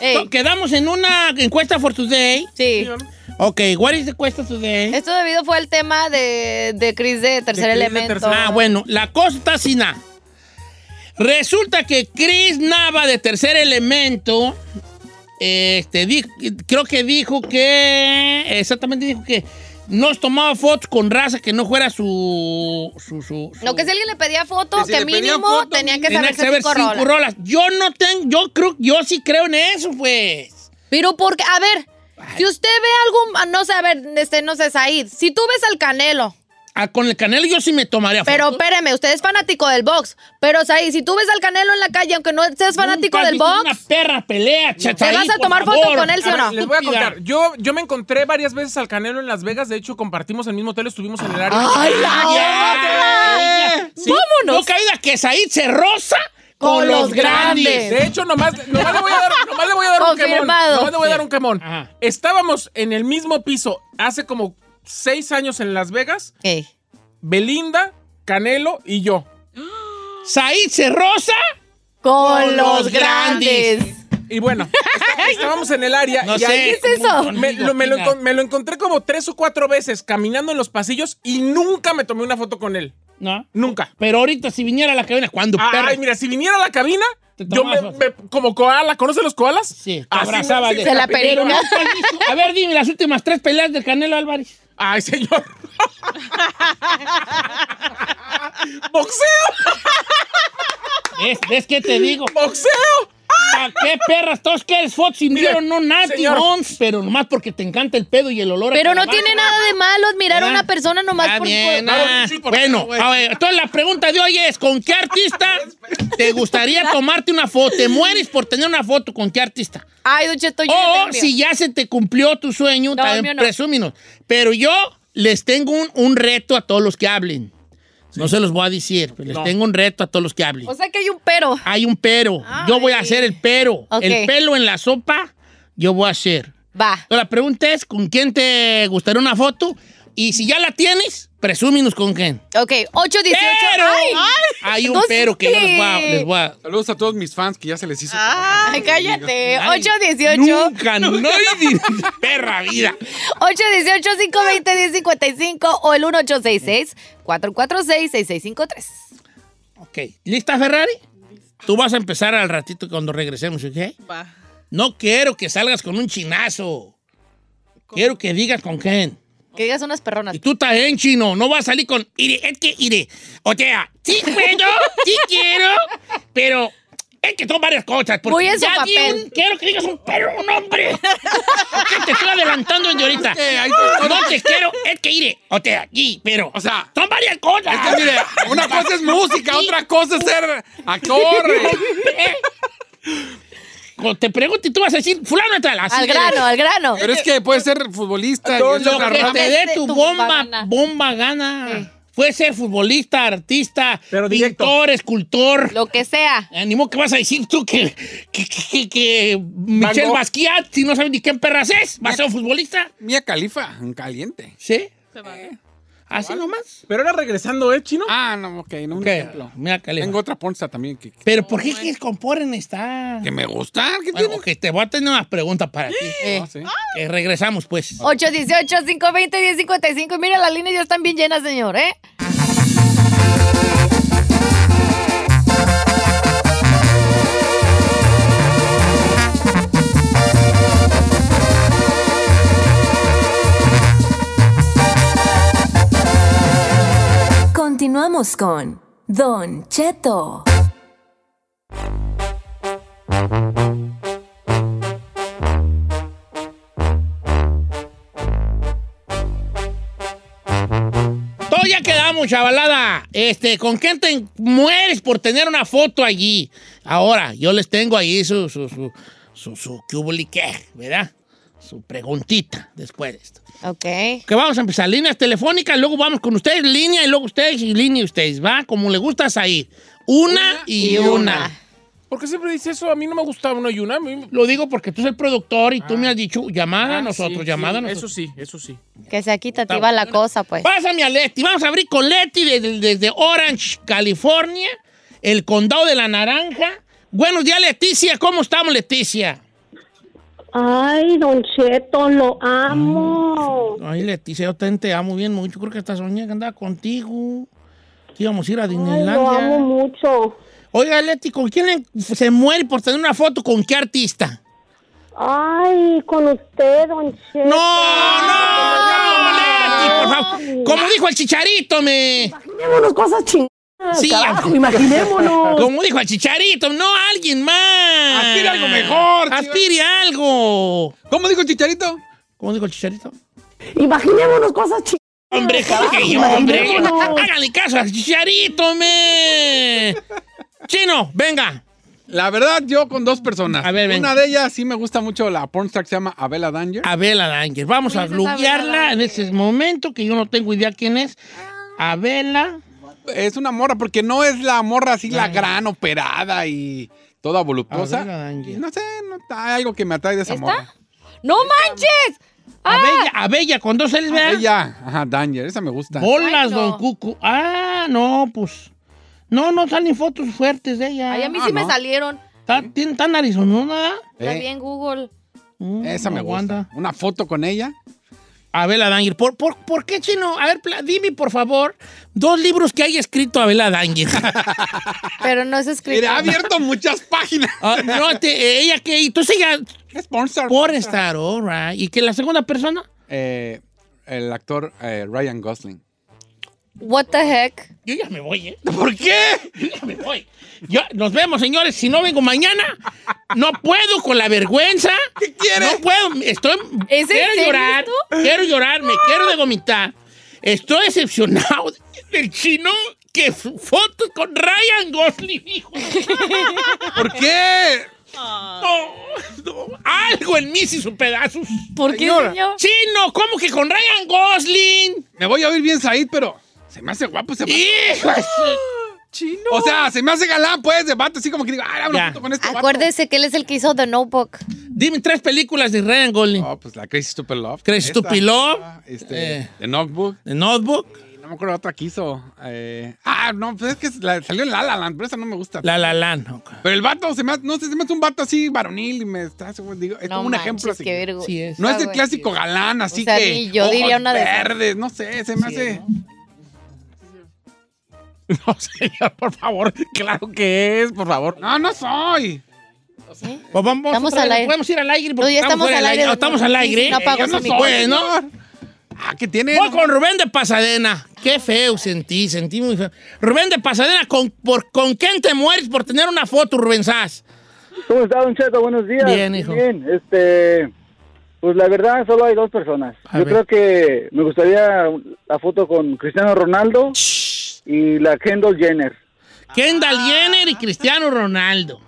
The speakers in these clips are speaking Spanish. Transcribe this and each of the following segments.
Ey. Quedamos en una encuesta for today. Sí. Ok, what is the question today? Esto debido fue el tema de, de Chris de Tercer Chris de Elemento. Tercer- Ah, bueno, la cosa está así, na. Resulta que Chris Nava de Tercer Elemento, este, di- creo que dijo que, exactamente dijo que no tomaba fotos con raza que no fuera su... su, su, su- No, que si alguien le pedía foto, Que si que le pedían mínimo foto, tenían que tenía saberse cinco cinco rolas. rolas. Yo no tengo, yo creo, yo sí creo en eso, pues. Pero porque, a ver, si usted ve algún, ah, no sé, a ver, este, no sé, Said, si tú ves al Canelo, Ah, con el canelo yo sí me tomaría pero fotos. espéreme, usted es fanático del box, pero Said, si tú ves al Canelo en la calle, aunque no seas fanático Nunca has del visto box, Una perra pelea, chacha. ¿Te vas a tomar foto con él, sí o A ver, no? Les voy a Estúpida. contar. Yo, yo me encontré varias veces al Canelo en Las Vegas. De hecho, compartimos el mismo hotel, estuvimos en el área. Ah, ¡Ay, la otra! Sí, ¡Vámonos! No caída que Said se rosa con, Con los los grandes. grandes. De hecho, nomás, nomás le voy a dar, nomás le voy a dar un quemón. Confirmado. Nomás le voy a dar un quemón. Ajá. Estábamos en el mismo piso hace como seis años en Las Vegas. Ey. Belinda, Canelo y yo. Said se rosa. con los grandes. Y bueno, está- estábamos en el área. No y sé. ahí- ¿Qué es eso? Conmigo, Me lo, me lo Tina. encon- me lo encontré como tres o cuatro veces caminando en los pasillos y nunca me tomé una foto con él. No. Nunca. Pero ahorita si viniera a la cabina, ¿cuándo, perro? Ay, mira, si viniera a la cabina, Te yo me, tomabas me- como koala, ¿conocen los koalas? Sí, te Así me- abrazaba así de- me Se la pegaba. pelona. ¿Tú has visto? A ver, dime las últimas tres peleas del Canelo Álvarez. Ay, señor. boxeo, ¿Ves, ¿Ves qué te digo? boxeo. ¿Para qué perras? Todos quieres fotos sin Mire, vieron, no nada, señor. Tibons, Pero nomás porque te encanta el pedo y el olor a Pero no calabaza. tiene nada de malo admirar a una persona nomás Está por... bien, por- ah. Sí, por- Bueno, a ver, entonces la pregunta de hoy es, ¿con qué artista te gustaría tomarte una foto? ¿Te mueres por tener una foto? ¿Con qué artista? Ay, Ducheto, yo ya O tengo si ya se te cumplió tu sueño, No, el mío también no. presúmenos. Pero yo les tengo un, un reto a todos los que hablen. No se los voy a decir, pero les No. tengo un reto a todos los que hablen. O sea que hay un pero. Hay un pero. Yo voy a Ay. hacer el pero. Ok. El pelo en la sopa, yo voy a hacer. Va. Entonces, la pregunta es, ¿con quién te gustaría una foto? Y si ya la tienes, presúmenos con quién. Ok, 818. Pero ¡Ay! hay un No sé. pero que yo les voy a... les voy a- Saludos a todos mis fans que ya se les Ah. hizo. Ay, cállate. Ay, 818. Nunca, no hay perra vida. 818-520-1055 o el 1866-446-6653. Ok, ¿lista Ferrari? Tú vas a empezar al ratito cuando regresemos, ¿ok? No quiero que salgas con un chinazo. Quiero que digas con quién. Que digas unas perronas. Y tú estás en chino, no vas a salir con... Ire, es que iré. O sea, sí puedo, sí quiero, pero es que son varias cosas. porque Voy a su ya di papel. un- quiero que digas un perro, un hombre. ¿Por qué te estoy adelantando desde ahorita? que hay- no te quiero, es que iré. O sea, sí, pero... O sea, son varias cosas. es que mire, una cosa es música, otra cosa es ser actor. Eh, Cuando te pregunto y tú vas a decir, fulano de tal. así al de- grano, al grano. Pero es que puede ser futbolista. y No, es no, otra Lo que rama. te dé tu Tu bomba, gana. bomba gana. Puede ser futbolista, artista, Pero directo. pintor, escultor. Lo que sea. Animó que vas a decir tú que, que, que, que- que Michel Gogh. Basquiat, si no sabes ni quién perras es, va a ser un futbolista. Mía Califa, en caliente. ¿Sí? Así nomás. Pero era regresando, ¿eh, chino? Ah, no, ok, no, un ¿Qué? ejemplo. Mira, Califa. Tengo otra ponza también que, Pero ¿por qué quieres componen esta? que me gusta. ¿Qué Bueno, tiene? ok, te voy a tener unas preguntas para ti. Eh. No sé. Que regresamos, pues. 818-520-1055. Mira, las líneas ya están bien llenas, señor, ¿eh? Continuamos con Don Cheto. Todo ya quedamos, chavalada. Este, ¿con quién te mueres por tener una foto allí? Ahora, yo les tengo ahí su, su, su, su, su qué hubo li qué, ¿verdad? Su preguntita después de esto. Ok. Que vamos a empezar, líneas telefónicas, luego vamos con ustedes, línea, y luego ustedes y línea y ustedes, ¿va? Como le gusta salir. Una, y, y una. una. Porque siempre dice eso, a mí no me gustaba uno y una. a mí- Lo digo porque tú eres el productor y tú me has dicho llamada a Ah, nosotros, sí, llamada a sí, nosotros. Eso sí, eso sí. Que sea quitativa la cosa, pues. Pásame a Leti. Vamos a abrir con Leti desde, desde Orange, California, el condado de la Naranja. Buenos días, Leticia. ¿Cómo estamos, Leticia? Ay, Don Cheto, lo amo. Ay, Leticia, yo te, te amo bien mucho. Creo que hasta soñé que andaba contigo. Que íbamos a ir a Ay, lo amo Disneylandia. mucho. Oiga, Leti, ¿con quién le- se muere por tener una foto? ¿Con qué artista? Ay, con usted, Don Cheto. ¡No, no, no, Leti, por favor! Como dijo el chicharito, me... Imaginémonos cosas chingadas. Sí, carajo, imaginémonos. Como dijo el chicharito, no alguien más. Aspire algo mejor, Aspire algo. ¿Cómo dijo Chicharito? ¿Cómo dijo el chicharito? Imaginémonos cosas chingadas. Hombre, claro que yo, hombre. Háganle caso al chicharito, me. Chino, venga. La verdad, yo con dos personas. A ver, ven. Una de ellas sí me gusta mucho la pornstar que se llama Abela Danger. Abela Danger. Vamos a ¿Quién es esa Abela bloquearla en Danger? ese momento que yo no tengo idea quién es. Abela. Es una morra, porque no es la morra así, la gran operada y toda voluptuosa. Abela Danger. No sé, no, hay algo que me atrae de esa ¿Esta? morra. ¡No manches! ¡Ah! Abella, Abella, con dos L's, ¿verdad? Ella, ajá, Danger, esa me gusta. Bolas, Ay, no. don Cucu. Ah, no, pues. No, no salen fotos fuertes de ella. Ay, a mí Ah, sí me no. salieron. Está, tiene- está narizonona. Está Eh, bien, Google. Mm, Esa me aguanta. gusta. Una foto con ella. Abela Danger. ¿Por, por, por qué, Chino? A ver, pla- dime, por favor, dos libros que haya escrito Abela Danger. Pero no es Mira, escrito. ha abierto muchas páginas. Ah, no, te- ella que... Entonces ella... Es pornstar. Por estar, all right. ¿Y que la segunda persona? Eh, el actor eh, Ryan Gosling. What the heck? Yo ya me voy, ¿eh? ¿Por qué? Yo ya me voy. Yo- nos vemos, señores. Si no vengo mañana, no puedo con la vergüenza. ¿Qué quieres? No puedo. Estoy... ¿Es en quiero serio llorar. esto? Quiero llorar. Me quiero degomitar. Estoy decepcionado del chino que f- fotos con Ryan Gosling, hijo de- ¿Por qué? Ah. No, no. Algo en mí sin sus pedazos. ¿Por qué, Señora. señor? Chino, ¿cómo que con Ryan Gosling? Me voy a oír bien, Said, pero se me hace guapo ese vato. Hijo de su- O sea, se me hace galán, pues, de vato, así como que digo, ah, una Ya. foto con este vato. Acuérdese que él es el que hizo The Notebook. Dime tres películas de Ryan Gosling. Oh, pues la Crazy Stupid Love. Crazy Esta. Stupid Love. Ah, Este, Eh. The Notebook. The Notebook, Y No me acuerdo la otra que hizo. Eh, ah, no, pues es que la- salió en La La Land, pero esa no me gusta. La La Land. ok. Pero el vato se me hace, no sé, se me hace un vato así varonil y me está, digo, es como un ejemplo así. Sí es. No es el güey. clásico galán, así sea, que. ni yo ojos diría una de esas. verdes, no sé, se me hace. No, señor, por favor. Claro que es, por favor. No, no soy. Pues vamos, Estamos otra al vez, aire. Podemos ir al aire porque No, ya estamos fuera al del aire, Ah, don Estamos Ramón. al aire. Sí, sí, no apagó Yo su soy, micrófono. ¿no? Ah, que tiene. Voy con Rubén de Pasadena. Qué feo sentí, sentí muy feo. Rubén de Pasadena, ¿con, por, ¿con quién te mueres por tener una foto, Rubén Sass? ¿Cómo está, Don Cheto? Buenos días. Bien, hijo. Bien, este. Pues la verdad, solo hay dos personas. A Yo ver. creo que me gustaría la foto con Cristiano Ronaldo y la Kendall Jenner. Kendall Jenner y Cristiano Ronaldo.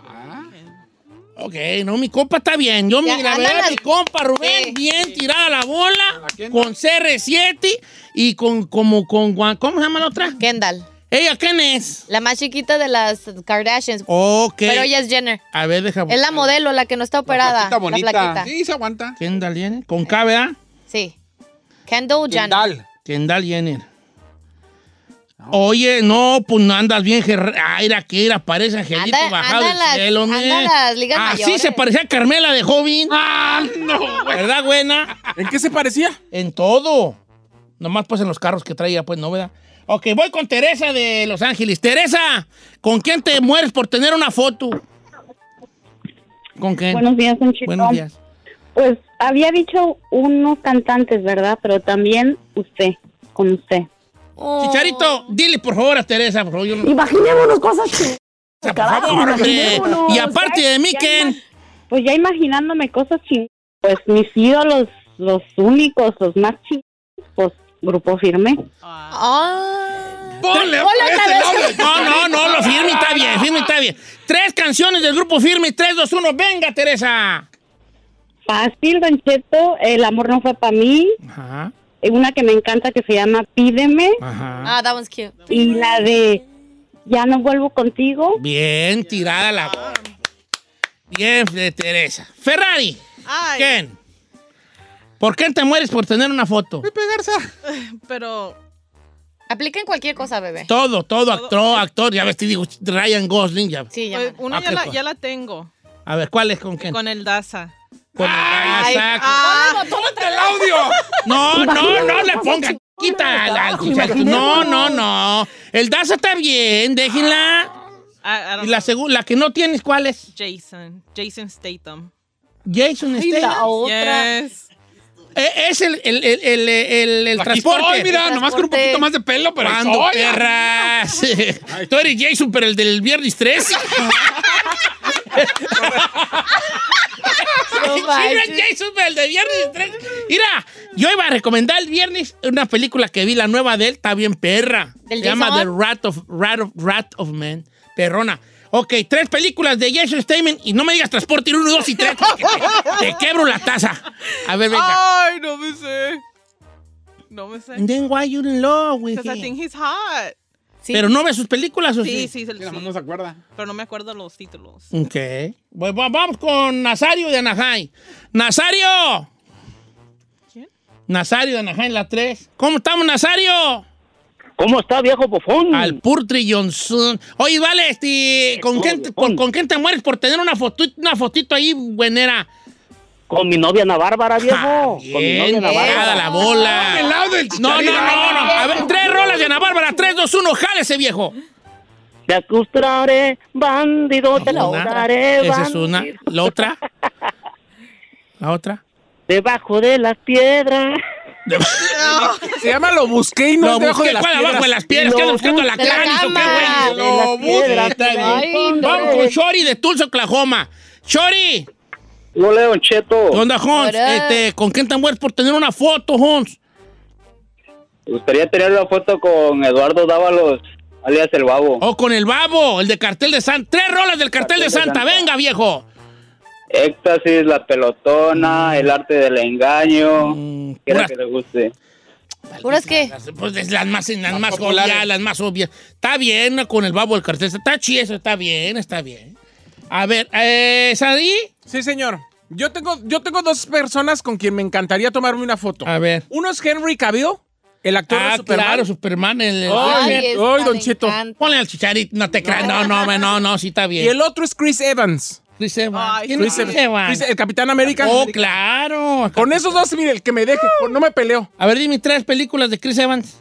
Ok, no, mi compa está bien. Yo, Ya, mi, la andan verdad, al- mi compa Rubén, Sí. bien tirada la bola, con CR7 y con, como, con, Juan- ¿cómo se llama la otra? Kendall. ¿Ella quién es? La más chiquita de las Kardashians. Ok. Pero ella es Jenner. A ver, deja. Es la modelo, la que no está operada. Está bonita. La flaquita. Sí, se aguanta. Kendall Jenner. Con K, ¿verdad? Sí. Kendall Jenner. Kendall. Kendall Jenner. Oye, no, pues no andas bien, Ger- ay, era que era, parece angelito Anda- bajado anda del las- cielo, anda ne. las ligas Así mayores. se parecía a Carmela de joven. ¡Ah, no! ¿Verdad, buena? ¿En qué se parecía? En todo. Nomás pues en los carros que traía, pues no, ¿verdad? Ok, voy con Teresa de Los Ángeles. Teresa, ¿con quién te mueres por tener una foto? ¿Con quién? Buenos días, Don Cheto. Buenos días. Pues había dicho unos cantantes, ¿verdad? Pero también usted, con usted. Oh. Chicharito, dile por favor a Teresa, por favor, yo no- Imaginémonos cosas chingadas. Por favor, hombre. imaginémonos. Y aparte de mí, Ya ¿quién? Pues ya imaginándome cosas chingadas. Pues mis ídolos, los únicos, los más chingados, pues grupo firme. Ah. Ponle Ponle ese otra vez. nombre. este No, no, no, lo firme y está bien, firme y está bien. Tres canciones del grupo firme, 3, 2, 1, venga, Teresa. Fácil, Don Cheto, El amor no fue para mí. Ajá, eh, Una que me encanta que se llama Pídeme. ajá. Ah, that one's cute. Y la de Ya no vuelvo contigo. Bien tirada la bola. Bien, de Teresa. Ferrari, Ay, ¿quién? ¿Por qué te mueres por tener una foto? pero Apliquen cualquier cosa, bebé. Todo, todo, actor, actor, ya ves, te digo, Ryan Gosling, ya. Sí, ya. pues, man. una Ah, ya qué la, cosa. ya la tengo A ver, ¿cuál es con quién? con el Daza. Con el- Ah, exacto. Ah, el audio! No, no, no le Imagínate, ponga. cosas Quita chingonas, la carajo, muchacha. No, imaginemos. no, no. El Daza está bien, déjenla. Ah, I- I don't Y la, know. segu- la que no tienes, ¿cuál es? Jason. Jason Statham. Jason Y la Statham. otra. Yes. Eh, Es el, el, el, el, el- el Aquí transporte. estoy, mira, nomás con un Transporte. poquito más de pelo, pero Ando, ando, perras. Tú eres Jason, pero el del viernes 3. Oh No Sí, no es manches. Jason, pero el del viernes 3. Mira, yo iba a recomendar el viernes una película que vi, la nueva de él, está bien perra. ¿Del Se llama The Jason? Rat of, Rat of, Rat of Man. Perrona. Ok, tres películas de Jason Statham y no me digas transporte 1, 2 y 3. Te, te quebro la taza. A ver, venga. Ay, no me sé. No me sé. And then why you in love with Because I him? think he's hot. Sí. Pero no ves sus películas, ¿o Sí, sí, sí, Mira, sí. no se acuerda. Pero no me acuerdo los títulos. Ok. Pues va- vamos con Nazario de Anaheim. ¡Nazario! ¿Quién? Nazario de Anaheim, la 3. ¿Cómo estamos, Nazario? ¿Cómo está, viejo bofón? Al Purtri Johnson. Oye, vale, este, ¿con, Todo quién, te- por- bien. ¿con quién te mueres por tener una, foto, una fotito ahí, buenera? Con mi novia Ana Bárbara, Ah, Bien, pegada la bola. Ah, El audio del No, no, chicharito. no, no. A ver, tres rolas de Ana Bárbara. Tres, dos, uno. Jálese, viejo. Te acusaré, bandido, te Una. acusaré, eh, Esa es una. La otra. La otra. Debajo de las piedras. Se llama Lo Busqué y no No, es debajo busqué de las cuál abajo de piedras. las piedras. Lo ¿Qué andas buscando? ¿La busqué en la Clanis o qué, cama. güey? De las piedras, está bien. Ay, no. Vamos con Shori de Tulsa, Oklahoma. Shori, No leo, Cheto. ¿qué onda, Hons? Hola. Este, ¿Con quién te mueres por tener una foto, Hons? Me gustaría tener la foto con Eduardo Dávalos, alias El Babo. O con el babo, el de cartel de Santa. Tres rolas del cartel de Santa. Venga, viejo. Éxtasis, La Pelotona, El Arte del Engaño. Mm, que era puras- que le guste. ¿Puras qué? Las, pues, es las más, las más populares. obvias, las más obvias. Está bien ¿no? con el babo del cartel. Está chido, eso está bien, está bien. A ver, eh, ¿Sadí? Sí, señor. Yo tengo, yo tengo dos personas con quien me encantaría tomarme una foto. A ver. Uno es Henry Cavill, el actor Ah, de Superman. claro, Superman. el- el- Ay, esta ay, don me Cheto. encanta. Ponle al chicharito, no te creas. No, no, no, no, sí está bien. Y el otro es Chris Evans. Chris Evans. Ay, ¿Quién Chris es Chris Evans? Chris- el Capitán América. Oh, claro. Con esos dos, mire, el que me deje, por- no me peleo. A ver, dime tres películas de Chris Evans.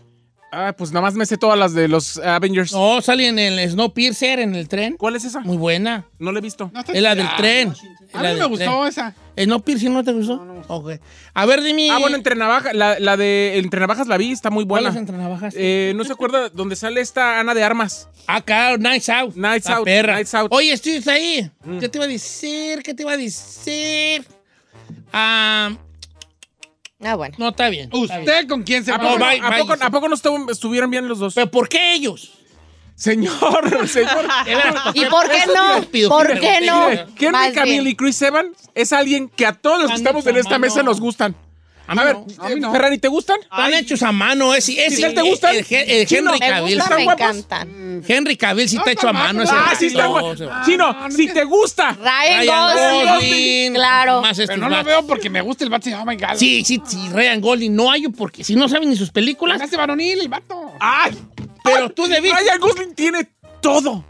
Ah, pues nada más me sé todas las de los Avengers. No, sale en el Snowpiercer, en el tren. ¿Cuál es esa? Muy buena. No la he visto. No, está Es la del chida. tren. A La mí del me gustó tren. esa. ¿El Snowpiercer no te gustó? Ok. A ver, dime. Ah, bueno, entre navajas, la, la de entre navajas la vi, está muy ¿Cuál buena. es entre navajas? Eh, ¿No se acuerda dónde sale esta Ana de Armas? Ah, claro, Nights Out. Nights La Out, perra. Nights Out. Mm. Oye, estoy ahí. ¿Qué te iba a decir? ¿Qué te iba a decir? Ah, Ah, bueno. no, está bien. está bien. ¿Usted con quién se ¿A No, va? poco, va- bye, ¿a bye. poco- a poco no estuvo- estuvieron bien los dos? ¿Pero por qué ellos? Señor, señor. De veras, ¿Y por qué Eso no? te pido, ¿Por que qué me no? preguntes. Henry Más Cavill bien. y Chris Evans es alguien que a todos los Ah, que Están estamos en hechos a esta mano. mesa nos gustan. A mí A ver, no. A mí no. Ferrari, ¿te gustan? Están hechos a mano. Es, es, ¿Sí te gustan? El, el- el Sí, no, Henry me Me Cavill. gusta, me guapos? encantan. Henry Cavill sí está hecho a mano. ese Ah, sí vato. está No, guapo. se va. Chino, si te gusta. Ryan Ryan Gosling. Claro. Más Este, estos Pero no la vatos. veo porque me gusta el vato. Oh my god. Sí, sí, sí, Ryan Gosling. No hay porque si no saben ni sus películas. Nace varonil el vato. ¡Ay! Pero tú debiste. Ryan Gosling tiene todo.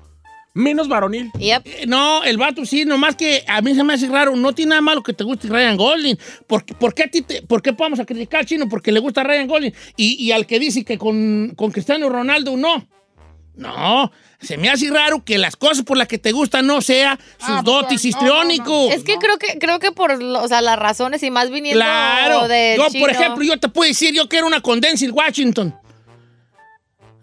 Menos varonil. Yep. Eh, No, el vato sí, nomás que a mí se me hace raro. No tiene nada malo que te guste Ryan Gosling. ¿Por, qué- por qué, a ti te- por qué vamos a criticar al chino? Porque le gusta Ryan Gosling. Y, y al que dice que con, con Cristiano Ronaldo no. No, se me hace raro que las cosas por las que te gustan no sea sus Ah, pues, dotis no, histriónicos. Es que creo que creo que por lo- o sea, las razones y más viniendo Claro. de yo, chino. por ejemplo, yo te puedo decir, yo quiero una condensa en Washington.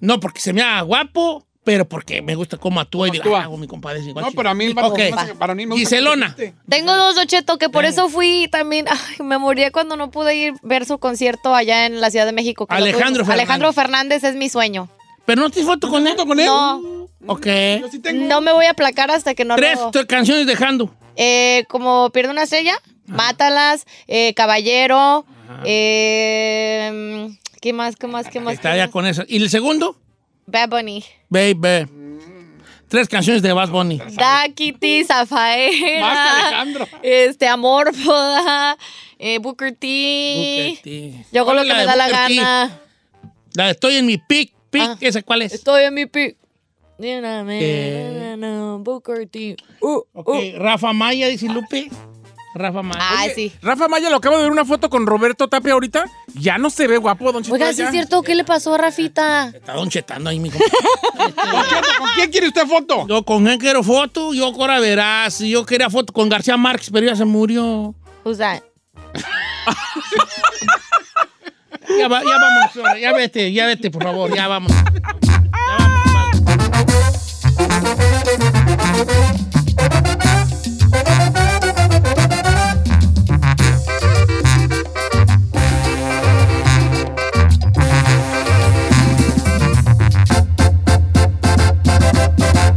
No porque se me haga guapo, pero porque me gusta cómo actúa y digo, actúa. ah, hago mi compadre sin No, pero a mí el vato Ok. se me hace varonil me gusta. Giselona. Tengo dos Docheto que por eso fui también. Ay, me moría cuando no pude ir ver su concierto allá en la Ciudad de México. que lo Alejandro tuvimos. Alejandro Fernández. Fernández es mi sueño. Pero no tienes foto con él. con él? No. Ok. Yo sí tengo. No me voy a aplacar hasta que no Tres lo- t- canciones dejando. Eh, como pierde una estrella, mátalas, eh, caballero, eh, ¿qué más, qué más, qué más? Está qué ya más? con esa. ¿Y el segundo? Bad Bunny, Baby. Tres canciones de Bad Bunny. Daquiti, Más que Zafaera, Alejandro. este, Amorfoda, eh, Booker T, Booker T. yo hago ¿Cuál lo es que me de da la Booker T? gana, La de Estoy en mi pic, pic, Ah. ¿esa cuál es? estoy en mi pick. You know me, Eh. na, na, na, Booker T. Uh, Ok, Rafa Maya, dice Lupe. Rafa Márquez. Ay, Ah, sí. Rafa Maya lo acabo de ver una foto con Roberto Tapia ahorita. Ya no se ve guapo, don Cheto. Oiga, sí ya. es cierto, ¿qué le pasó a Rafita? Está donchetando ahí, mijo. ¿Con quién quiere usted foto? Yo con él quiero foto, yo ahora verás. Yo quería foto con García Márquez, pero ya se murió. Who's that? Ya, va- ya vamos, Sora, ya vete, ya vete, por favor, ya vamos. Ya vamos, vamos.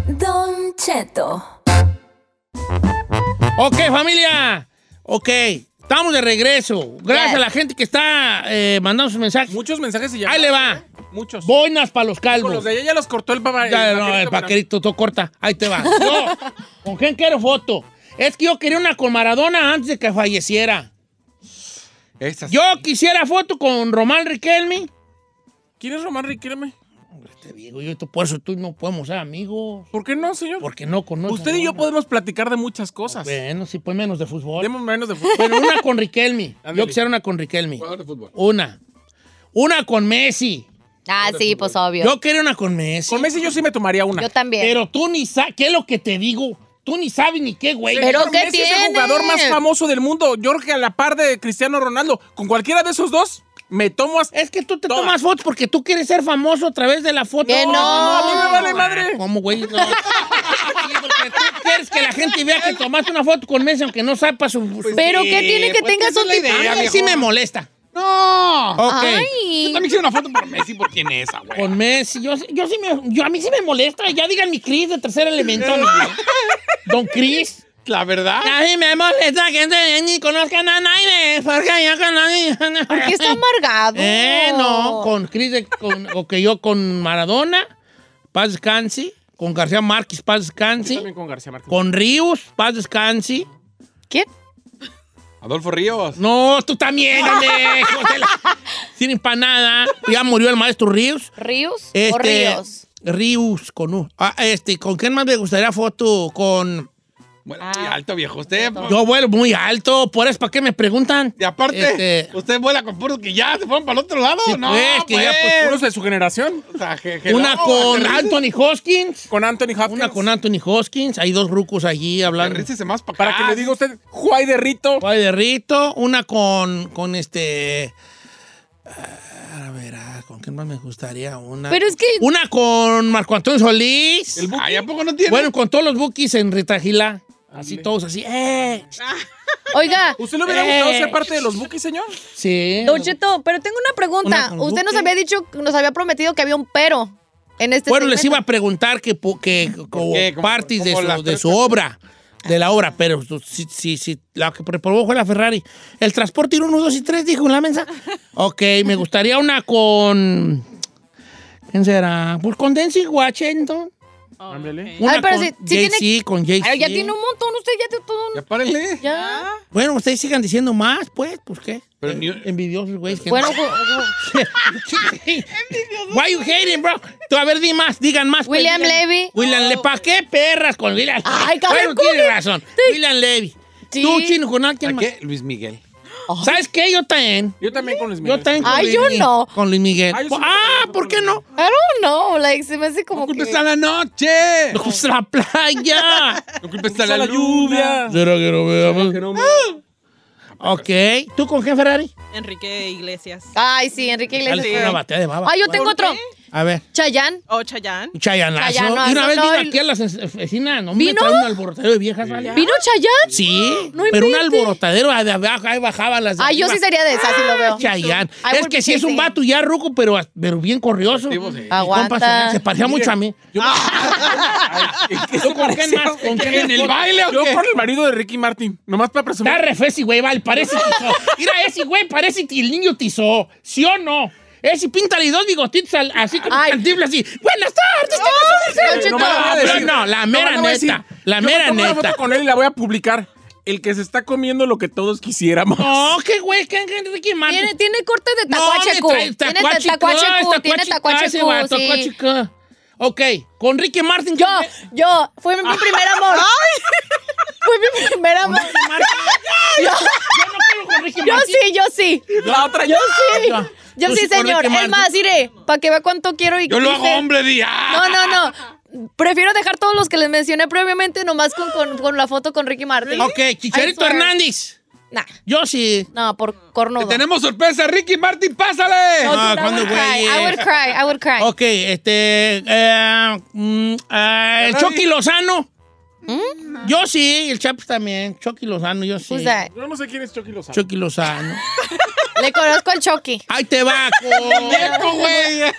Don Cheto. Ok, familia. Ok, estamos de regreso. Gracias Yes. a la gente que está eh, mandando sus mensajes. Muchos mensajes y ya. Ahí le va. ¿eh? Muchos. Boinas para los Con los calvos. de allá ya los cortó el papá. Ya, no, el paquerito, todo corta. Ahí te va. Yo, ¿con quién quiero foto? Es que yo quería una con Maradona antes de que falleciera. Esa sí. Yo quisiera foto con Román Riquelme. ¿Quién es Román Riquelme? Te digo, yo por eso tú y no podemos ser amigos. ¿Por qué no, señor? Porque no conozco. Usted y yo podemos platicar de muchas cosas. Bueno, sí, pues menos de fútbol. Demos menos de fútbol. Pero una con Riquelme. Ándale. Yo quisiera una con Riquelme. Jugador de fútbol. Una. Una con Messi. Ah, sí, pues obvio. Yo, Yo quería una con Messi. Con Messi yo sí me tomaría una. también. Pero tú ni sabes, ¿qué es lo que te digo? Tú ni sabes ni qué, güey. Pero- Señor, ¿qué Messi es tiene? el jugador más famoso del mundo. Yo creo que a la par de Cristiano Ronaldo. Con cualquiera de esos dos, me tomo hasta. Es que tú te Todas. tomas fotos porque tú quieres ser famoso a través de la foto. Que no. a mí me vale madre. ¿Cómo, güey? No. Sí, porque tú quieres que la gente vea que tomaste una foto con Messi aunque no sepa su... Pues Pero, ¿qué tiene que pues, tengas esa un es la tipo? Ah, idea, A mí viejo. sí me molesta. ¡No! Ok. Yo Ay. también quiero una foto por Messi, por quién es, esa, güey. Con Messi, yo, yo sí me, yo a mí sí me molesta. Ya digan mi Cris de tercer elemento. mi- Don Cris. La verdad. A mí me molesta que no- ni conozcan a nadie. Porque yo con nadie. ¿Por qué está amargado? Eh, no. Con Cris, de- con, o que yo con Maradona, Paz Descansi. Con García Márquez, Paz Descansi. También con García Márquez. Con Ríos, Paz Descansi. ¿Quién? Adolfo Ríos. No, tú también, hombre. hijo de la- Sin empanada. Ya murió el maestro Ríos. ¿Ríos o Este, Ríos? Rius, con U. Ah, este, ¿con quién más me gustaría foto? Con. Bueno, Ah. muy alto, viejo. Usted. pues, Yo vuelo muy alto, por eso, ¿para qué me preguntan? Y aparte, pues, Este- usted vuela con puros que ya se fueron para el otro lado. Sí, no, pues, que ya, pues, Puros de su generación. O sea, je- je- una no, con aterriza- Anthony Hoskins. Con Anthony Hopkins. Una con Anthony Hoskins. Hay dos rucos allí hablando. aterrícese más para Para que Ah. le diga a usted, Juay de Rito. Guay de Rito. Una con. con este. ah, A ver, ah, ¿con quién más me gustaría? Una. Pero es que... Una con Marco Antonio Solís. El Ay, ¿a poco no tiene? Bueno, con todos los bookies en Ritajila. Así todos así. ¡Eh! Ah. Oiga, ¿Usted le hubiera gustado Eh. ser parte de los Bookies, señor? Sí. Don Cheto, pero tengo una pregunta. Una con Usted nos Duque. había dicho, nos había prometido que había un pero en este Bueno, les iba segmento. a preguntar que, po- que como qué? Como- partes como de, las su, de tres su obra, de la obra, pero su- si, si, si- la que probó fue la Ferrari. El transporte ir 1, 2 y 3, dijo en la mensa. ok, me gustaría una con... ¿Quién será? Pues con Denzel Washington. Ándale. Una Oh, pero con si- si Jay-Z, tiene- con Jay-Z. Ay, ya tiene un montón, usted ya tiene todo. un- Ya párele. Ya. Ah, Bueno, ustedes sigan diciendo más, pues, pues qué. Pero ni- Envidiosos, güey. que- Bueno, ju- Why you hating, bro? Tú, a ver, di más, digan más. pues, William digan- Levy. William Levy. ¿Para qué perras con William Ay, Bueno, cabrón, tiene ¿cómo? razón. William Levy. Sí. Tú, chino, con alguien ¿A más. qué? Luis Miguel. ¿Sabes qué? Yo también. Yo también con Luis Miguel. Yo también con Ay, Luis yo Mi- no. Con Luis Miguel. Ay, yo sí me ah, también ¿por qué no? I don't know, like, se me hace como que... ¡Culpa está la noche! No, pues, la playa. ¡No culpa Está la lluvia. ¿Será que no veamos? Ok. ¿Tú con qué Ferrari? Enrique Iglesias. Ay, sí, Enrique Dale Iglesias. con una batea de baba. Ay, yo tengo ¿Por otro. qué? A ver. Chayán. O Oh, Chayanne. Chayanazo. Chayanazo, y una vez no, vino el- aquí a las es- vecinas. No me ¿Vino? trae un alborotadero de viejas, ¿vale? ¿Vino Chayán? Sí, No pero un inventes. alborotadero ahí de abajo, ahí bajaban las de Ay, yo arriba. Ah, sí sería de esa, si lo veo. Chayanne. I Es would que be sí es un chasing. vato ya ruco, pero, pero bien corrioso. Sí, pues, sí. Mi Aguanta. compa se, se parecía mucho a mí. ¿Tú con quién más? ¿Con quién? ¿En el baile o Yo qué? con el marido de Ricky Martin. Nomás para presumir. Está re feo ese güey, vale, parece tizó. Mira, ese güey parece que el niño tizó. ¿Sí o no? Ese píntale dos bigotitos al- así como Ay. cantible así. Buenas tardes, tengo su merced. Don Cheto. me la voy a No, decir. no, la me mera voy a neta, decir. la Yo me mera tomo una neta. foto con él y la voy a publicar. El que se está comiendo lo que todos quisiéramos. No, qué güey, qué qué Ricky Martin. Tiene, tiene corte de No, tacuachecu. hombre, trae tiene ta- tacuache, tacuachecu, tacuache, tiene tacuache, ese tacuachecu, vato, sí. tacuache. Ok, con Ricky Martin. Yo, ¿con qué? yo, fue mi primer amor. Fue mi primer amor. Ricky Martin. sí, yo sí. La otra Yo sí. Yo- Yo tú sí, sí corre señor. que Es más. más, iré, para que vea cuánto quiero y Yo lo hago dice- hombre, di. ¡ah! No, no, no. Prefiero dejar todos los que les mencioné previamente, nomás con, con, con la foto con Ricky Martin. Ok, Chicharito I swear. Hernández. Nah, Yo sí. no, por cornudo. Tenemos sorpresa, Ricky Martin, pásale. No, dude, Ah, I ¿cuándo, would cry, güey? I would cry, I would cry. Ok, este. eh, mm, ah, el Chucky Lozano. Yo sí, el Chaps también. Chucky Lozano, yo sí. Mm. Who's that? Yo no sé quién es Chucky Lozano. Chucky Lozano. Le conozco al Chucky. Ahí te va. con- Viejo, güey.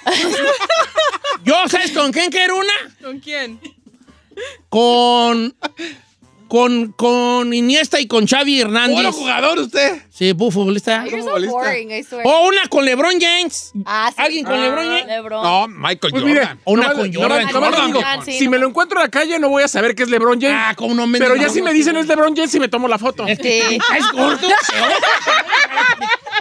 Yo, ¿sabes con quién quiero una? ¿Con quién? Con. Con, con Iniesta y con Xavi Puro Hernández. jugador usted. Sí, bu- futbolista. You're so futbolista. boring, I swear. O una con LeBron James. Ah, sí. ¿Alguien con LeBron James? LeBron. No, Michael Pues mire, Jordan. Una nomás- con Jordan. nomás- nomás le Jordan, digo, Jordan, sí, si no. me lo encuentro en la calle no voy a saber que es LeBron James. Ah, como no me pero no, ya si no, me dicen es LeBron James y me tomo la foto. Es que Sí. me caes gordo.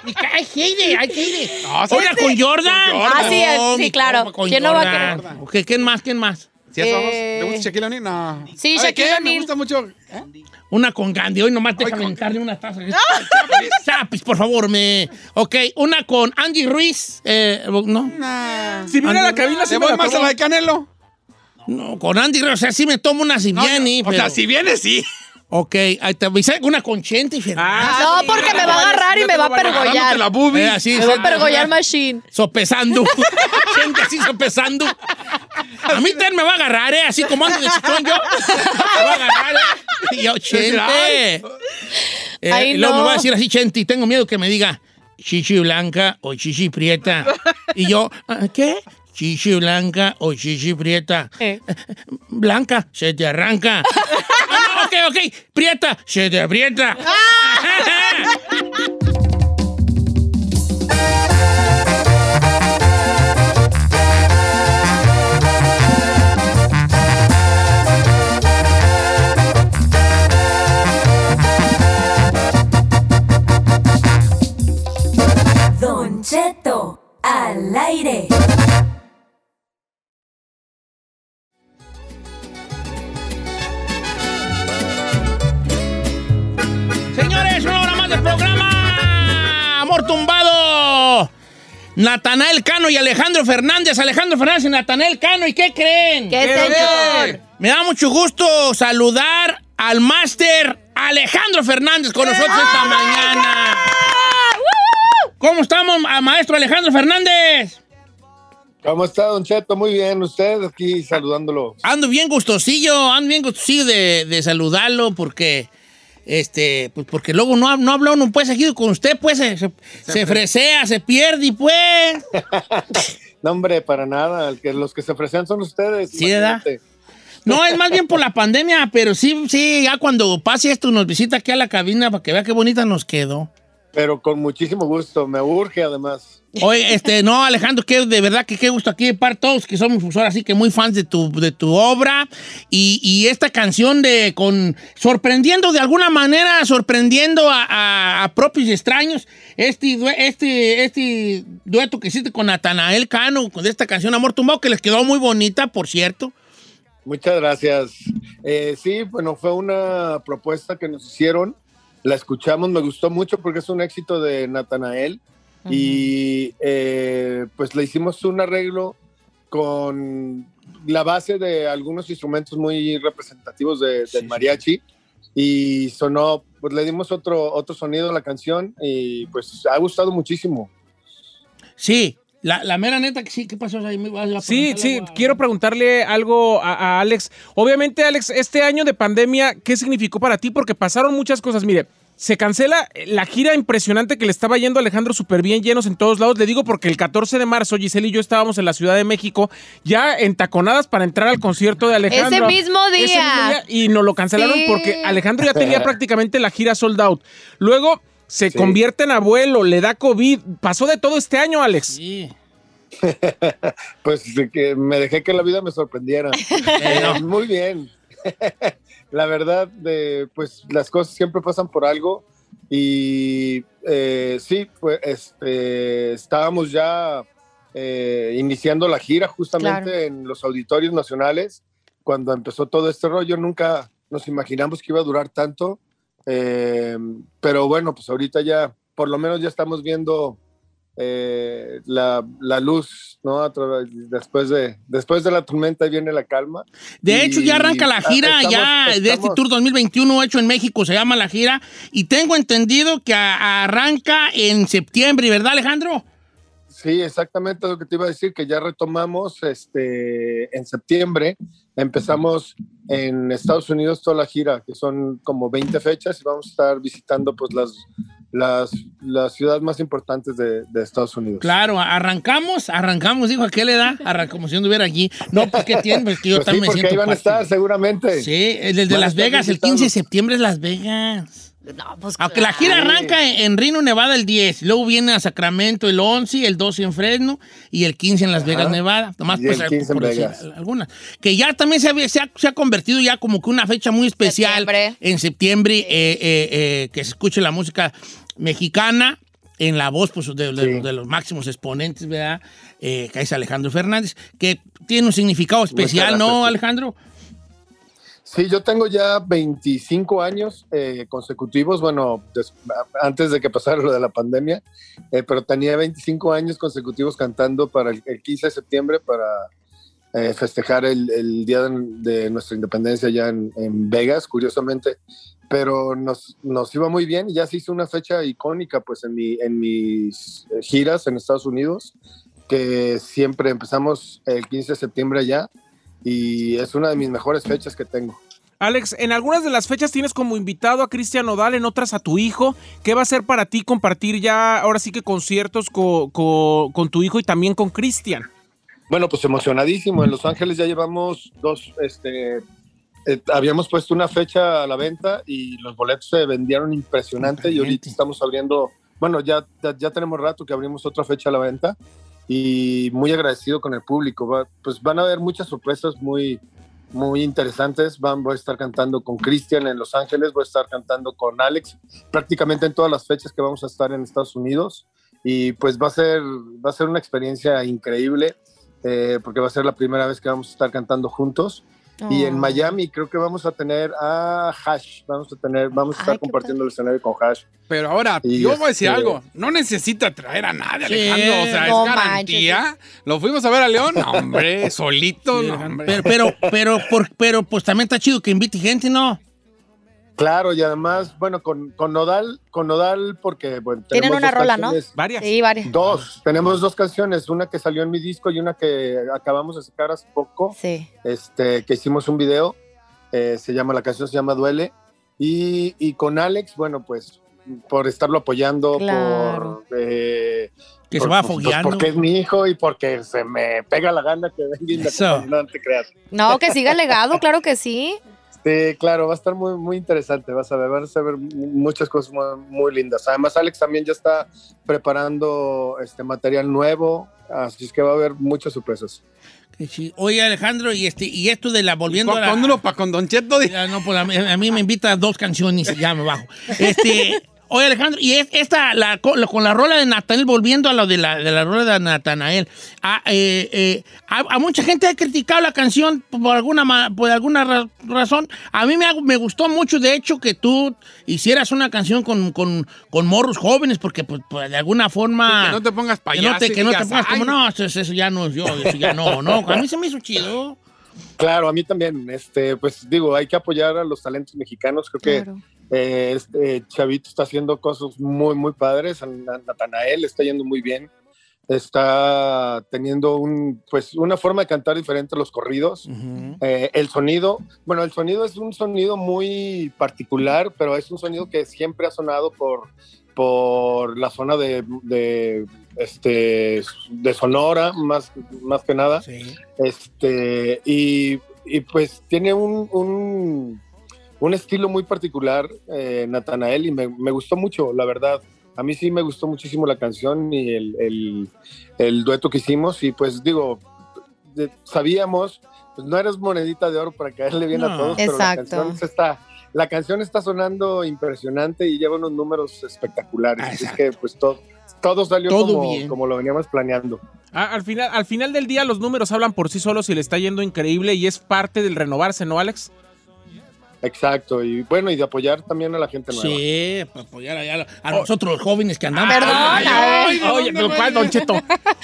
Me caes hate it, I hate it. No, sí. Oiga, con Jordan. Jordan. Ah, sí, No, sí, mi claro. compa, con ¿Quién no va a Jordan. Ok, ¿quién más? ¿Quién más? ¿Sí somos? Eh. ¿Le gusta Shaquille O'Neal? No. Sí, ¿Sabe Shaquille qué? Me O'Neal. gusta mucho. ¿Eh? Una con Gandhi. Hoy nomás déjame aventarle una taza. Chapis, Chapis, por favor, me. Ok, una con Andy Ruiz. Eh, no, Nah. si viene a la cabina ¿Le se voy más a la de Canelo? no, con Andy Ruiz. O sea, sí me tomo una si viene. O sea, pero- si viene, sí. Ok, ahí te avisé una con Chente y Fernández. Ah, No, porque me va a agarrar y me va a Dándote la pergollar. boobie. Eh, así, Me va a exacto. pergollar Machine. Sopesando. Gente así sopesando. A mí también me va a agarrar, ¿eh? Así como ando de chistón yo. Me va a agarrar, ¿eh? Y yo, chente. Eh, Ay, y luego me no. va a decir así, chente, y tengo miedo que me diga chichi blanca o chichi prieta. Y yo, ¿ah, ¿qué? Chichi blanca o chichi prieta. Eh. Blanca, se te arranca. Ah, no, ok, ok. Prieta, se te aprieta. Don Cheto, al aire. Señores, una hora más del programa. Amor tumbado. Natanael Cano y Alejandro Fernández. Alejandro Fernández y Natanael Cano. ¿Y qué creen? ¿Qué señor? Me da mucho gusto saludar al máster Alejandro Fernández con nosotros esta mañana. ¿Cómo estamos, a- maestro Alejandro Fernández? ¿Cómo está, Don Cheto? Muy bien, usted aquí saludándolo. Ando bien gustosillo, ando bien gustosillo de, de saludarlo porque... Este, pues porque luego no, ha- no habla uno pues seguido con usted, pues se, se, se fresea, se pierde y pues. No, hombre, para nada. el que- los que se ofrecen son ustedes. Sí, ¿verdad? imagínate. No, es más bien por la pandemia, pero sí, sí, ya cuando pase esto nos visita aquí a la cabina para que vea qué bonita nos quedó. Pero con muchísimo gusto. Me urge, además. Oye, este, no, Alejandro, que de verdad que qué gusto aquí de par todos que somos pues, ahora sí que muy fans de tu, de tu obra y, y esta canción de con sorprendiendo de alguna manera, sorprendiendo a, a- a propios y extraños, este, due- este, este dueto que hiciste con Natanael Cano, con esta canción Amor Tumbado, que les quedó muy bonita, por cierto. Muchas gracias. Eh, sí, bueno, fue una propuesta que nos hicieron. La escuchamos, me gustó mucho porque es un éxito de Natanael. Y eh, pues le hicimos un arreglo con la base de algunos instrumentos muy representativos de- del mariachi. Y sonó, pues le dimos otro, otro sonido a la canción y pues ha gustado muchísimo. Sí, la, la mera neta que sí, ¿qué pasó? Ahí me vas a Sí, preguntar sí, algo a- quiero preguntarle algo a, a Alex. Obviamente, Alex, este año de pandemia, ¿qué significó para ti? Porque pasaron muchas cosas. Mire, se cancela la gira impresionante que le estaba yendo a Alejandro súper bien, llenos en todos lados. Le digo porque el 14 de marzo Giselle y yo estábamos en la Ciudad de México ya entaconadas para entrar al concierto de Alejandro. Ese mismo día. y nos lo cancelaron Sí. porque Alejandro ya tenía prácticamente la gira sold out. Luego se convierte en abuelo, le da COVID. Pasó de todo este año, Alex. Sí. Pues de que me dejé que la vida me sorprendiera. Pero- Eh, Muy bien. la verdad, de, pues las cosas siempre pasan por algo. Y eh, sí, pues este, estábamos ya eh, iniciando la gira justamente Claro. en los auditorios nacionales. Cuando empezó todo este rollo, nunca nos imaginamos que iba a durar tanto. Eh, pero bueno, pues ahorita ya por lo menos ya estamos viendo eh, la, la luz, ¿no? A través- Después de, después de la tormenta viene la calma. De hecho, Y- ah, ya arranca la gira estamos- ya de este estamos- Tour 2021 hecho en México, se llama la gira. Y tengo entendido que a- arranca en septiembre, ¿verdad, Alejandro? Sí, exactamente lo que te iba a decir, que ya retomamos este, en septiembre. Empezamos en Estados Unidos toda la gira, que son como 20 fechas y vamos a estar visitando pues las, las, las ciudades más importantes de, de Estados Unidos. Claro, a- arrancamos, arrancamos, dijo, ¿a qué le da? Arran- como si anduviera allí. No, pues ¿qué tiene, pues que yo Pues sí, también me porque siento ahí van a parte. estar seguramente. Sí, el de Van a Las estar Vegas, el 15 de septiembre es Las Vegas. Aunque la gira claro. arranca en, en Reno, Nevada el 10, luego viene a Sacramento el 11, el 12 en Fresno y el 15 en Las Vegas, Nevada. Nomás Y pues, el 15 en por decir Vegas. algunas. Que ya también se, había- se ha, se ha convertido ya como que una fecha muy especial en septiembre, eh, eh, eh, que se escuche la música mexicana en la voz pues, de, de- de los máximos exponentes, ¿verdad? Eh, que es Alejandro Fernández, que tiene un significado especial, ¿no, gracias. Alejandro? Sí, yo tengo ya 25 años eh, consecutivos, bueno, des- a- antes de que pasara lo de la pandemia, eh, pero tenía 25 años consecutivos cantando para el, el 15 de septiembre para eh, festejar el, el día de, de nuestra independencia allá en, en Vegas, curiosamente, pero nos, nos iba muy bien y ya se hizo una fecha icónica pues en, mi, en mis eh, giras en Estados Unidos, que siempre empezamos el 15 de septiembre allá y es una de mis mejores fechas que tengo. Alex, en algunas de las fechas tienes como invitado a Cristian Odal, en otras a tu hijo. ¿Qué va a ser para ti compartir ya ahora sí que conciertos co- co- con tu hijo y también con Cristian? Bueno, pues emocionadísimo. En Los Ángeles ya llevamos dos, este, eh, habíamos puesto una fecha a la venta y los boletos se vendieron impresionante y ahorita estamos abriendo, bueno, ya, ya, ya tenemos rato que abrimos otra fecha a la venta y muy agradecido con el público. Va- pues van a haber muchas sorpresas muy, muy interesantes. Van, voy a estar cantando con Cristian en Los Ángeles, voy a estar cantando con Alex, prácticamente en todas las fechas que vamos a estar en Estados Unidos. Y pues va a ser, va a ser una experiencia increíble, eh, porque va a ser la primera vez que vamos a estar cantando juntos. Y en Ah. Oh. Miami creo que vamos a tener a Hash, vamos a tener, vamos a estar compartiendo el escenario con Hash. Pero ahora, Y yo voy a decir este- algo. No necesita traer a nadie, Sí, Alejandro. O sea, no es garantía. Lo fuimos a ver a León. No, hombre, solito. no, hombre. Pero, pero, pero, por- pero, pues también está chido que invite gente, ¿no? Claro, y además, bueno, con, con Nodal, con Nodal, porque bueno, Tienen tenemos una dos rola, ¿no? canciones- Varias. Sí, varias. Dos, tenemos dos canciones, una que salió en mi disco y una que acabamos de sacar hace poco, Sí. este, que hicimos un video, eh, se llama, la canción se llama Duele, y, y con Alex, bueno, pues por estarlo apoyando, Claro. por... eh, Que por- se va pues, fogueando. porque es mi hijo y porque se me pega la gana que venga y me Eso. acompañe, no te creas. No, que siga el legado, claro que sí. Sí, claro, va a estar muy, muy interesante, vas a ver, vas a ver muchas cosas muy, muy lindas. Además, Alex también ya está preparando este material nuevo, así es que va a haber muchas sorpresas. Que sí. Oye, Alejandro, y, este, y esto de la volviendo a la... para con Don Cheto. Ya, no, pues a mí, a mí me invita dos canciones y ya me bajo. Este, oye, Alejandro, y es- esta, la, co- la- con la rola de Natanael, volviendo a lo de la, de la rola de Natanael, a, eh, eh, a- a mucha gente ha criticado la canción por alguna, ma- por alguna ra- razón. A mí me, ha- me gustó mucho, de hecho, que tú hicieras una canción con, con, con morros jóvenes, porque pues, pues, de alguna forma... Sí, que no te pongas Que no payaso te, y que no te digas, pongas como, "Ay". no, eso, eso ya no es yo, eso ya no, no. A mí se me hizo chido. Claro, a mí también, este, pues digo, hay que apoyar a los talentos mexicanos, creo que eh, este, Chavito está haciendo cosas muy, muy padres, a Na- Natanael está yendo muy bien, está teniendo un, pues, una forma de cantar diferente a los corridos. Eh, el sonido, bueno, el sonido es un sonido muy particular, pero es un sonido que siempre ha sonado por, por la zona de, de, este, de Sonora, más, más que nada. Este, y, y, pues tiene un, un, un estilo muy particular, eh, Natanael, y me, me gustó mucho, la verdad. A mí sí me gustó muchísimo la canción y el, el- el dueto que hicimos, y pues digo, de- sabíamos, pues no eres monedita de oro para caerle bien No. a todos, Exacto. pero la canción se está, la canción está sonando impresionante y lleva unos números espectaculares. Así Es que pues todo, todo salió Ah, Todo como, bien. como lo veníamos planeando. A- Ah, al, final, al final del día los números hablan por sí solos y le está yendo increíble y es parte del renovarse, ¿no, Alex? Exacto, y bueno, y de apoyar también a la gente nueva. Sí, pues, para apoyar a, a- a nosotros los jóvenes que andamos. Perdón, Ay, a ay, ver. ¿de Oye, dónde pero va ¿cuál, a ir? Don Cheto?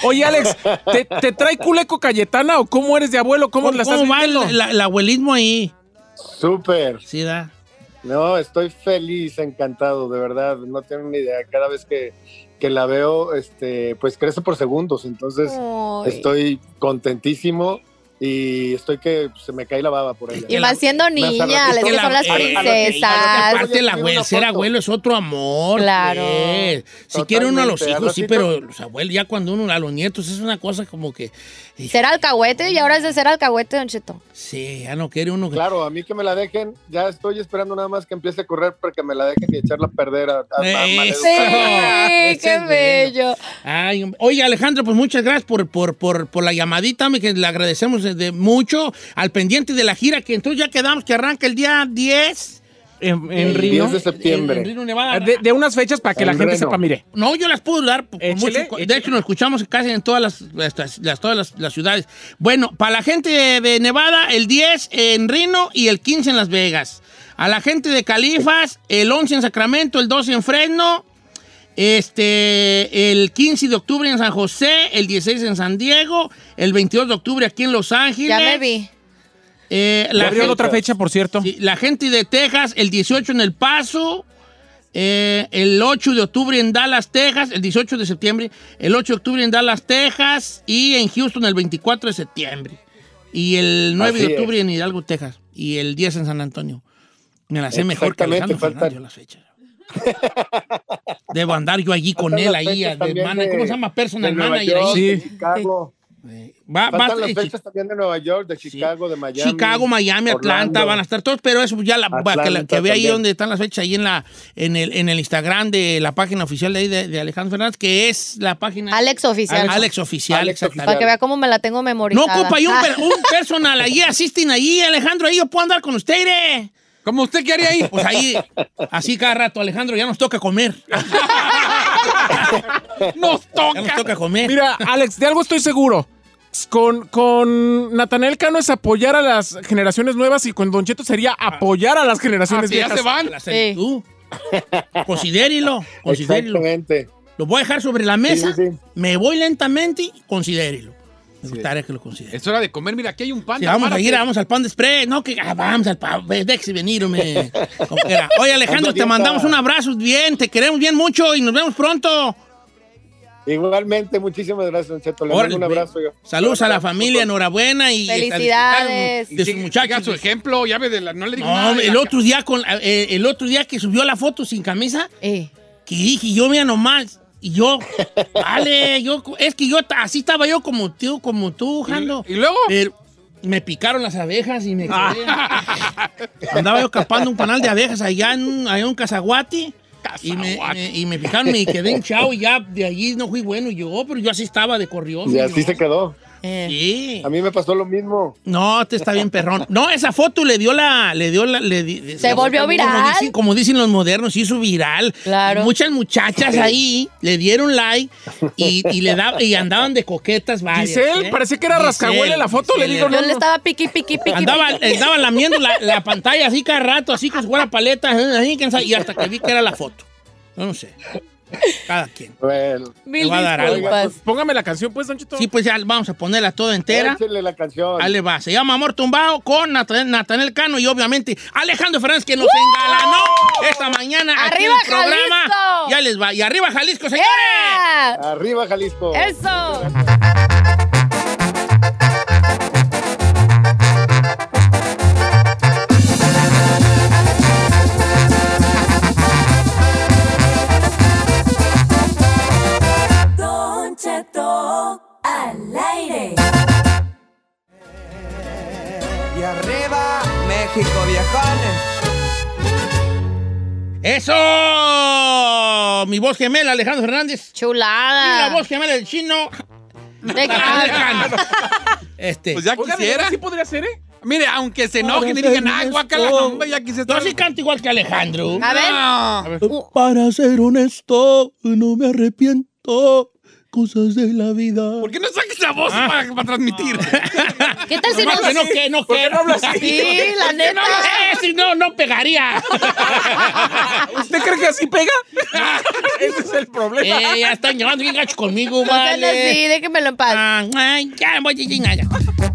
Oye, Alex, ¿te, te trae culeco Cayetana o cómo eres de abuelo? ¿Cómo, la estás ¿Cómo va el, viviendo? la- el abuelismo ahí? Súper. Sí, da. No, estoy feliz, encantado, de verdad. No tienen ni idea. Cada vez que, que la veo, este, pues crece por segundos. Entonces Ay. pues, estoy contentísimo y estoy que se me cae la baba por ella. Y más siendo niña, Ah, les ratito- que son las eh, princesas. Aparte, el abuelo, ser abuelo es otro amor. Claro. pues. Si quiere uno a los Totalmente, hijos, sí, al ratito- pero los abuelos, ya cuando uno a los nietos, es una cosa como que. Ser alcahuete y ahora es de ser alcahuete, Don Cheto. Sí, ya no quiere uno. que- Claro, a mí que me la dejen, ya estoy esperando nada más que empiece a correr para que me la dejen y echarla a perder. A, a- a- Eh, maleducada. Sí, ese qué es bueno. bello. Ay, hombre. oye, Alejandro, pues muchas gracias por, por, por, por la llamadita, mi que le agradecemos de mucho al pendiente de la gira, que entonces ya quedamos que arranca el día 10. En, en El Rino. 10 de septiembre. En Reno, Nevada. Eh, Ah, De, de unas fechas para que En la gente Reno. sepa, mire. No, yo las puedo dar. por- por Échele, mucho- de échele. hecho, nos escuchamos casi en todas las, las- las- todas las, las ciudades. Bueno, para la gente de, de Nevada, el 10 en Reno y el 15 en Las Vegas. A la gente de Califas, el 11 en Sacramento, el 12 en Fresno, este, el 15 de octubre en San José, el 16 en San Diego, el 22 de octubre aquí en Los Ángeles. Ya me vi. Eh, La la abrieron gente- otra fecha, por cierto. Sí, la gente de Texas, el 18 en El Paso, eh, el 8 de octubre en Dallas, Texas, el 18 de septiembre, el 8 de octubre en Dallas, Texas, y en Houston el 24 de septiembre, y el 9 Así de octubre en Hidalgo, Texas, y el 10 en San Antonio. Me la sé mejor que Exactamente, Alejandro faltan- Fernández yo las fechas. Debo andar yo allí con Faltan él, las ahí, fechas de también mana- de- ¿cómo se llama? Personal de Nueva manager York, ahí. de Sí. Chicago. Va, va- Faltan las eh, fechas también de Nueva York, de Chicago, de Miami. Chicago, Miami, Atlanta, Orlando. van a estar todos, pero eso ya la, Atlanta que, la- que vea ahí también. donde están las fechas, ahí en la en el, en el Instagram de la página oficial de, ahí de, de Alejandro Fernández, que es la página Alex oficial. Alex, Oficial, Alex exactamente. Para que vea cómo me la tengo No memorizada. ocupa ahí un, Ah, per- un personal, ahí asisten ahí, Alejandro, ahí yo puedo andar con usted, ¿eh? ¿Cómo usted qué haría ahí? Pues ahí, así cada rato, Alejandro, ya nos toca comer. ¡Nos Ya toca! nos toca comer. Mira, Alex, de algo estoy seguro. Con, con Natanael Cano es apoyar a las generaciones nuevas y con Don Cheto sería apoyar a las generaciones Ah, que ya viejas. se van. La selección. Considérelo, considérelo. Exactamente. Lo voy a dejar sobre la mesa. Sí, sí, sí. Me voy lentamente y considérelo. Me gustaría que lo considere. Es hora de comer, mira, aquí hay un pan. Si vamos a párate. ir, vamos al pan de spray. No, que ah, vamos al pan. ve, Deje venir, hombre. Como quiera. Oye, Alejandro, te Ando dieta. mandamos un abrazo bien. Te queremos bien mucho y nos vemos pronto. Igualmente, muchísimas gracias, Don Cheto. Le Órale, pues, mando un abrazo. yo. Saludos a la familia, enhorabuena y Felicidades. felicidades de sus Siga- siga muchachos. su ejemplo, ya ve, de la- no le digo No, nada. hombre, de el la- otro día con eh, el otro día que subió la foto sin camisa, eh, que dije, yo mira nomás, y yo, vale, yo, es que yo ta- así estaba yo como tú, como tú, Jando. Y luego, Pero me picaron las abejas y me quedé. Ah. Andaba yo capando un panal de abejas allá en un, allá en un cazaguate. Y me, Cazaguate. me- y me picaron, me quedé hinchado y ya de allí no fui bueno yo, pero yo así estaba de corrioso. Y así yo. se quedó. eh. Sí. A mí me pasó lo mismo. No, te está bien perrón. No, esa foto le dio la... Le dio la le di- Se volvió como viral. dicen- como dicen los modernos, hizo viral. Claro. Muchas muchachas ahí le dieron like y, y le da- y andaban de coquetas varias. Giselle, ¿eh? parecía que era Giselle, rascahuele la foto, le Giselle digo, Yo no, le estaba piqui, piqui, piqui. Andaba, andaba lamiendo la, la pantalla así cada rato, así con su buena paleta, eh, ahí, quién sabe, y hasta que vi que era la foto. Yo no sé. Cada quien. Bueno, Mil le va a dar algo. disculpas. Póngame la canción, pues, Don Cheto. Sí, pues ya vamos a ponerla toda entera. échale la canción. Ahí le va. Se llama Amor Tumbado con Nata- Natanael Cano y obviamente Alejandro Fernández que nos engalanó esta mañana. aquí en ¡Arriba, el programa. Jalisco! Ya les va. Y arriba Jalisco, señores. ¡Ea! Arriba, Jalisco. ¡Eso! Don Cheto al aire. Y arriba, México, viejones. Eso. Mi voz gemela, Alejandro Fernández. Y la Chulada. voz gemela del chino. De- Natanael Cano. Este. pues ya Oigan, quisiera. sí podría ser, ¿eh? Mire, aunque se enojen y digan, ah, guacala, no, hombre, ya quisiera. Yo sí canto igual que Alejandro. Ah, A ver. No. Para ser honesto, no me arrepiento. cosas de la vida. ¿Por qué no saques la voz para, para transmitir? ¿Qué tal si no, no? que no, que no, ¿Por que qué no hablas así? Sí, la ¿Por qué neta. No, hablas así? si no, no pegaría. ¿Usted cree que así pega? Ese es el problema. Eh, ya están llevando bien gacho conmigo, No sean vale. así, déjenmelo en paz. Ah, ay, ya voy a ya.